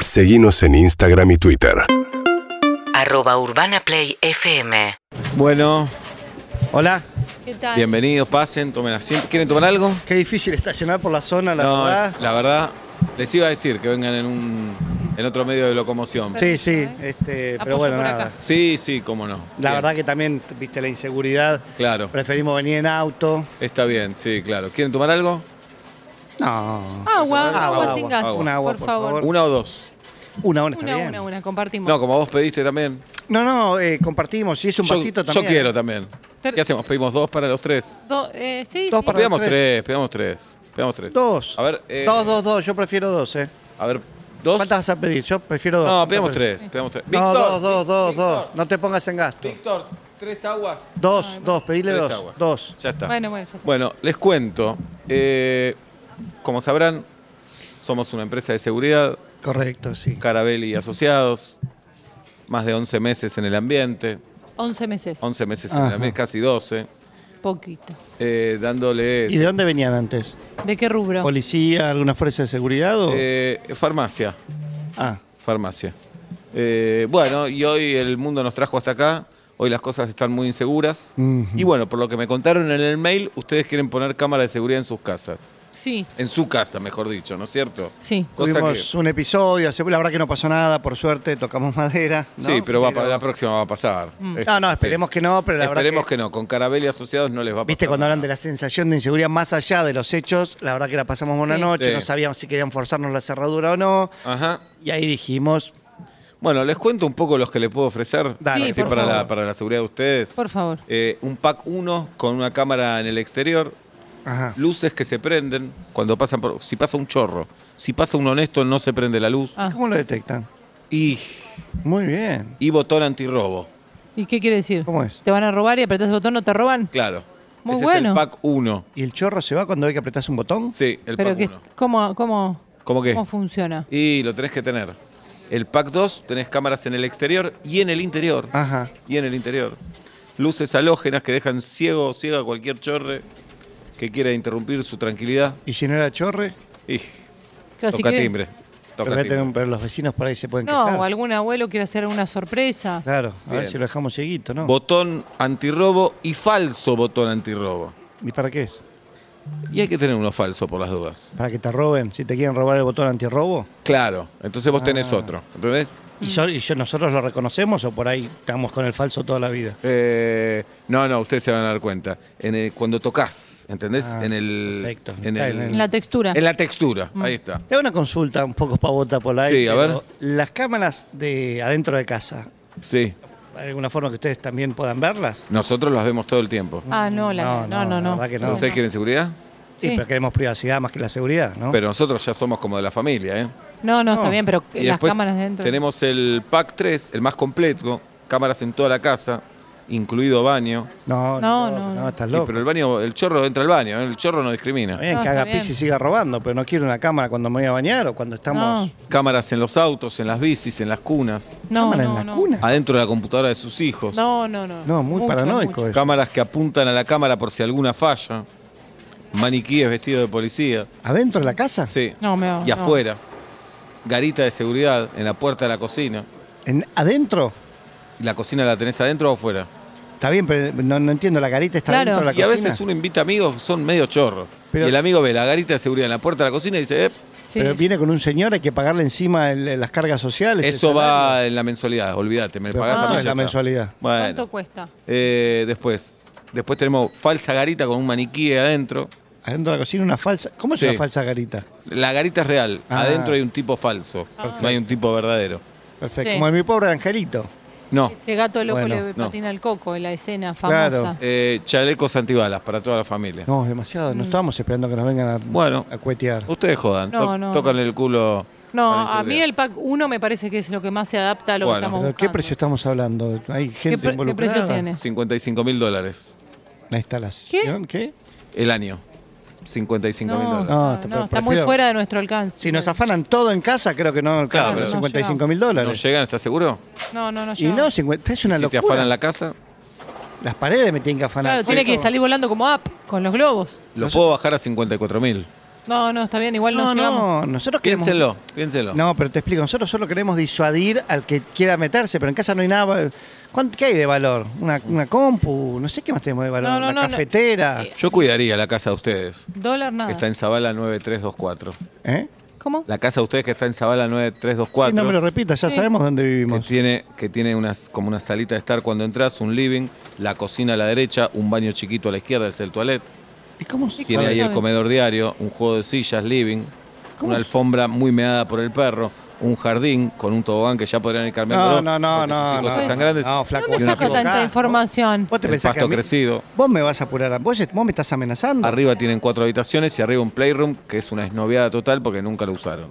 Seguimos en Instagram y Twitter. Arroba Urbana Play FM. Bueno, hola, ¿Qué tal? bienvenidos, pasen, tomen asiento. ¿Quieren tomar algo? Qué difícil está llenar por la zona, la no, verdad. es- la verdad, les iba a decir que vengan en un en otro medio de locomoción. Sí, sí, eh, este, Apoyo pero bueno, por nada. ah, pues, acá. Sí, sí, cómo no. La Bien, verdad que también, viste, la inseguridad. Claro, Preferimos venir en auto. está bien, sí, claro. ¿Quieren tomar algo? No. Agua, agua, agua, sin gas. agua. Un agua, por favor. ¿Una o dos? Una hora está Una, bien. una, una, compartimos. No, como vos pediste también. No, no, eh, compartimos. Si es un Yo- vasito yo, también. quiero también. Pero- ¿Qué hacemos? ¿Pedimos dos para los tres? Do- eh, sí, Dos sí. para- Pedamos los tres. tres. pedamos tres. Pedamos tres. Dos. A ver, eh, Dos, dos, dos. Yo prefiero dos, ¿eh? A ver, dos. ¿Cuántas vas a pedir? Yo prefiero dos. No, ¿Cuántas pedamos prefieres? tres. Pedamos tres. No, dos, dos, dos, Víctor, dos. No te pongas en gasto. Víctor, tres aguas. Dos, dos, pedile Tres dos. aguas. Dos. Ya está. Bueno, bueno, ya está. Bueno, les cuento. Eh, como sabrán, somos una empresa de seguridad, Correcto, sí. Carabelli y Asociados, más de 11 meses en el ambiente, 11 meses. 11 meses en el Ajá. ambiente, casi 12, Poquito. eh, dándole ¿Y de dónde venían antes? ¿De qué rubro? ¿Policía, alguna fuerza de seguridad o...? eh, farmacia, ah, farmacia. Eh, bueno, y hoy el mundo nos trajo hasta acá, hoy las cosas están muy inseguras, Ujú. y bueno, por lo que me contaron en el mail, ustedes quieren poner cámara de seguridad en sus casas, Sí, en su casa, mejor dicho, ¿no es cierto? sí. Cosa que- tuvimos un episodio, hace- la verdad que no pasó nada, por suerte, tocamos madera. ¿no? Mm. Sí, pero, va a pa- la próxima va a pasar. No, no, esperemos que no, pero la Esperemos verdad que... no. Con Carabelli Asociados no les va a pasar. Viste, cuando nada. hablan de la sensación de inseguridad más allá de los hechos, la verdad que la pasamos una Sí. noche, Sí. no sabíamos si querían forzarnos la cerradura o no, Ajá. y ahí dijimos, Bueno, les cuento un poco los que les puedo ofrecer. Dale, Sí, así por para la, favor. para la seguridad de ustedes. Por favor. Eh, un pack 1 con una cámara en el exterior. ajá, Luces que se prenden cuando pasan por. Si pasa un chorro. Si pasa un honesto, no se prende la luz. Ah, ¿cómo lo detectan? Y, Muy bien. y botón antirrobo. ¿y qué quiere decir? ¿Cómo es? ¿Te van a robar y apretás el botón no te roban? Claro. Muy Ese es el bueno. pack 1. ¿Y el chorro se va cuando ve que apretás un botón? Sí, el Pero pack que, 1. ¿cómo, cómo, ¿Cómo qué? ¿Cómo funciona? Y lo tenés que tener. El pack 2 tenés cámaras en el exterior y en el interior. Ajá. y en el interior. Luces halógenas que dejan ciego o ciega a cualquier chorre que quiera interrumpir su tranquilidad. ¿Y si no era chorre? Y Claro, si toca quiere- timbre. Pero, Toca voy a timbre. tener un- pero los vecinos por ahí se pueden No, quejar. o algún abuelo quiere hacer una sorpresa. Claro, a ver Bien. si lo dejamos cieguito, ¿no? Botón antirrobo y falso botón antirrobo. ¿Y para qué es? Y hay que tener uno falso por las dudas. ¿Para que te roben? ¿Si te quieren robar el botón antirrobo? Claro, entonces vos Ah. tenés otro. ¿Entendés? Mm. ¿Y, yo, y yo- nosotros lo reconocemos o por ahí estamos con el falso toda la vida? Eh, no, no, ustedes se van a dar cuenta. En el- cuando tocas, ¿entendés? Ah, en el. perfecto. En, Está el- bien, En la textura. Mm. en la textura. Ahí está. Te hago una consulta un poco pavota por ahí. Sí, a pero ver. Las cámaras de adentro de casa, Sí. ¿hay alguna forma que ustedes también puedan verlas? Nosotros las vemos todo el tiempo. Ah, no, la, No, no, no, no. la no. verdad que no. ¿Ustedes quieren seguridad? Sí, Sí. pero queremos privacidad más que la seguridad, ¿no? Pero nosotros ya somos como de la familia, ¿eh? No, no, está No. bien, pero Y las después cámaras dentro. Tenemos el pack 3, el más completo, cámaras en toda la casa, incluido baño. No, No, no, no, no, estás Y, loco. pero el baño, el chorro entra al baño, ¿eh? el chorro no discrimina. Está bien, No, que está haga pis bien. y siga robando, pero no quiero una cámara cuando me voy a bañar o cuando estamos... No. Cámaras en los autos, en las bicis, en las cunas, no, ¿Cámara no, en la no. cuna? adentro de la computadora de sus hijos. No, no, no. No, muy Mucho, paranoico mucho. eso. Cámaras que apuntan a la cámara por si alguna falla. Maniquíes vestidos de policía. ¿Adentro de la casa? Sí. No, me va- y no. afuera. Garita de seguridad en la puerta de la cocina. ¿En, ¿Adentro? ¿La cocina la tenés adentro o afuera? Está bien, pero no, no entiendo, la carita está Claro. dentro de la Y a cocina. veces uno invita amigos, son medio chorros. Pero- y el amigo ve la garita de seguridad en la puerta de la cocina y dice, "Ep, Sí. Pero viene con un señor, hay que pagarle encima el- las cargas sociales. el eso salario. va en la mensualidad, olvídate, me Pero pagás ¿cuánto a mí. ya es la está". mensualidad? ¿Cuánto Bueno, cuesta? eh, después. Después tenemos falsa garita con un maniquí adentro. Adentro de la cocina una falsa... ¿Cómo es Sí. una falsa carita? La garita es real, Ah. adentro hay un tipo falso, no hay un tipo verdadero. Perfecto. Sí. Como en mi pobre angelito. No, Ese gato loco Bueno, le no. patina el coco en la escena famosa. Claro. eh, chalecos antibalas para toda la familia. No, es demasiado. Mm. No estábamos esperando que nos vengan a, Bueno. a cuetear. Ustedes jodan, No, to- no. tócanle el culo. No, a la a mí inseguridad. el pack 1 me parece que es lo que más se adapta a lo Bueno. que estamos Pero, buscando. ¿Qué precio estamos hablando? ¿Hay gente pre- qué involucrada? precio tiene? 55 mil dólares ¿La instalación? ¿Qué? el año. 55 mil No, dólares. No, no, te- no, está prefiero- muy fuera de nuestro alcance. Si nos afanan todo en casa, creo que no alcanzan pero- los 55 mil ¿No dólares. llegan? ¿Estás seguro? No, no, no. y llegamos. no, 50, es una si te locura. afanan la casa, Las paredes me tienen que afanar. Claro, tiene que salir volando como app con los globos. lo puedo bajar a 54 mil. No, no, está bien, igual No, no, no, llegamos. nosotros queremos... Piénselo, piénselo. No, pero te explico, nosotros solo queremos disuadir al que quiera meterse, pero en casa no hay nada. va- ¿Cuánto- ¿Qué hay de valor? Una, una compu, no sé qué más tenemos de valor, No, no, una no, no. cafetera. Sí. Yo cuidaría la casa de ustedes, Dólar nada. que está en Zabala 9324. ¿Eh? ¿Cómo? La casa de ustedes que está en Zabala Sí, no me lo 9324. repitas, ya Sí. sabemos dónde Que vivimos. tiene, que tiene unas, como una salita de estar cuando entras, un living, la cocina a la derecha, un baño chiquito a la izquierda, es el toilet. ¿Y cómo? ¿Y Tiene ¿Cómo ahí el sabes? comedor diario, un juego de sillas, living, ¿Cómo? una alfombra muy meada por el perro, un jardín con un tobogán que ya podrían ir cambiando. No, no, no, porque sus no, hijos no. están grandes. No, flaco, ¿Dónde Y una saca piba. tanta información? ¿Vos te El pensás que a pasto mí- crecido. Vos me vas a apurar. a- Vos, vos me estás amenazando. Arriba tienen cuatro habitaciones y arriba un playroom que es una esnoviada total porque nunca lo usaron.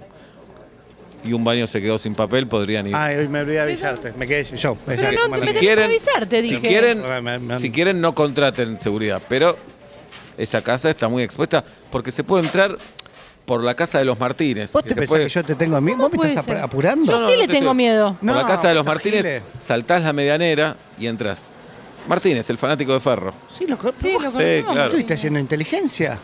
Y un baño se quedó sin papel, podrían ir. Ay, hoy me olvidé de avisarte. Me quedé sin yo. Pero no, Si me tenés que quieren, avisar, te si dije. quieren, Me- me- me- si quieren no contraten seguridad, pero esa casa está muy expuesta porque se puede entrar por la casa de los Martínez. ¿Vos que te se pensás puede- que yo te tengo a mí? ¿Vos me puede estás ser? ap- apurando? No, no. Sí le te tengo miedo. Por la No, casa de los Martínez, terrible. saltás la medianera y entras. Martínez, el fanático de Ferro. Sí, lo corto. Sí, lo ¿Vos conocemos. claro. estuviste haciendo inteligencia?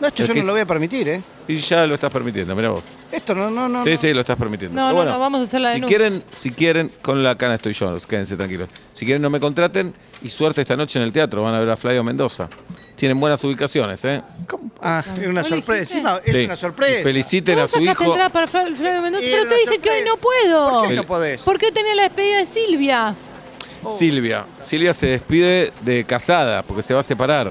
No, esto Pero yo que no lo es- voy a permitir, ¿eh? Y ya lo estás permitiendo, mirá vos. Esto no, no, no. sí, no. sí, lo estás permitiendo. No, Pero no, no, vamos a hacer la si denuncia. quieren, si quieren, con la cana estoy yo, quédense tranquilos. Si quieren, no me contraten y suerte esta noche en el teatro. Van a ver a Flavio Mendoza. Tienen buenas ubicaciones, ¿eh? ¿Cómo? Ah, es una ¿No lo sorpresa. dijiste? Encima es Sí. una sorpresa. Y feliciten a ¿Vos su sacaste hijo. entrada para Fla- Flavio Mendoza? Y Pero era te dije que sorpresa. hoy no puedo. ¿Por qué El- no podés? ¿Por qué tenés la despedida de Silvia? Oh. Silvia. Silvia se despide de casada porque se va a separar.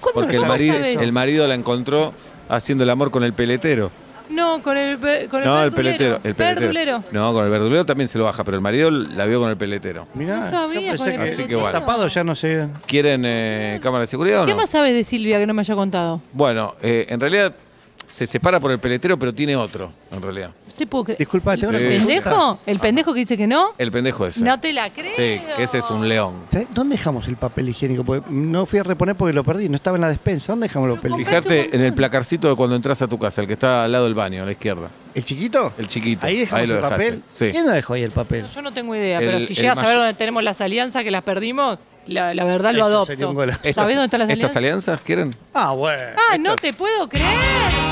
¿Cuándo Porque el lo marido, sabés? el marido la encontró haciendo el amor con el peletero. No, con el, pe- con el no, el verdulero. peletero. El peletero. Verdulero. No, con el verdulero también se lo baja, pero el marido la vio con el peletero. Mirá, No sabía yo pensé con el que Así que los bueno. tapados ya no se... ¿Quieren eh, cámara de seguridad o ¿Qué no? más sabes de Silvia que no me haya contado? Bueno, eh, en realidad se separa por el peletero, pero tiene otro, en realidad. No te puedo creer. Disculpa, tengo Sí. Ah. una ¿El pendejo? pregunta. ¿El pendejo que dice que no? El pendejo ese. No te la creo. Sí, que ese es un león. ¿Te- ¿Dónde dejamos el papel higiénico? Porque no fui a reponer porque lo perdí, no estaba en la despensa. ¿Dónde dejamos el papel Pero higiénico? Fijarte en el placarcito de cuando entras a tu casa, el que está al lado del baño, a la izquierda. ¿El chiquito? El chiquito. Ahí dejamos lo el dejaste. papel. Sí. ¿Quién no dejó ahí el papel? Yo no tengo idea, pero El- si el llegas a ver mayor- dónde tenemos las alianzas que las perdimos, la, la verdad lo Eso adopto. sería un golazo. ¿Sabés Estas- dónde están las ¿Estas alianzas? alianzas quieren? Ah, bueno. ¡Ah, no te puedo creer!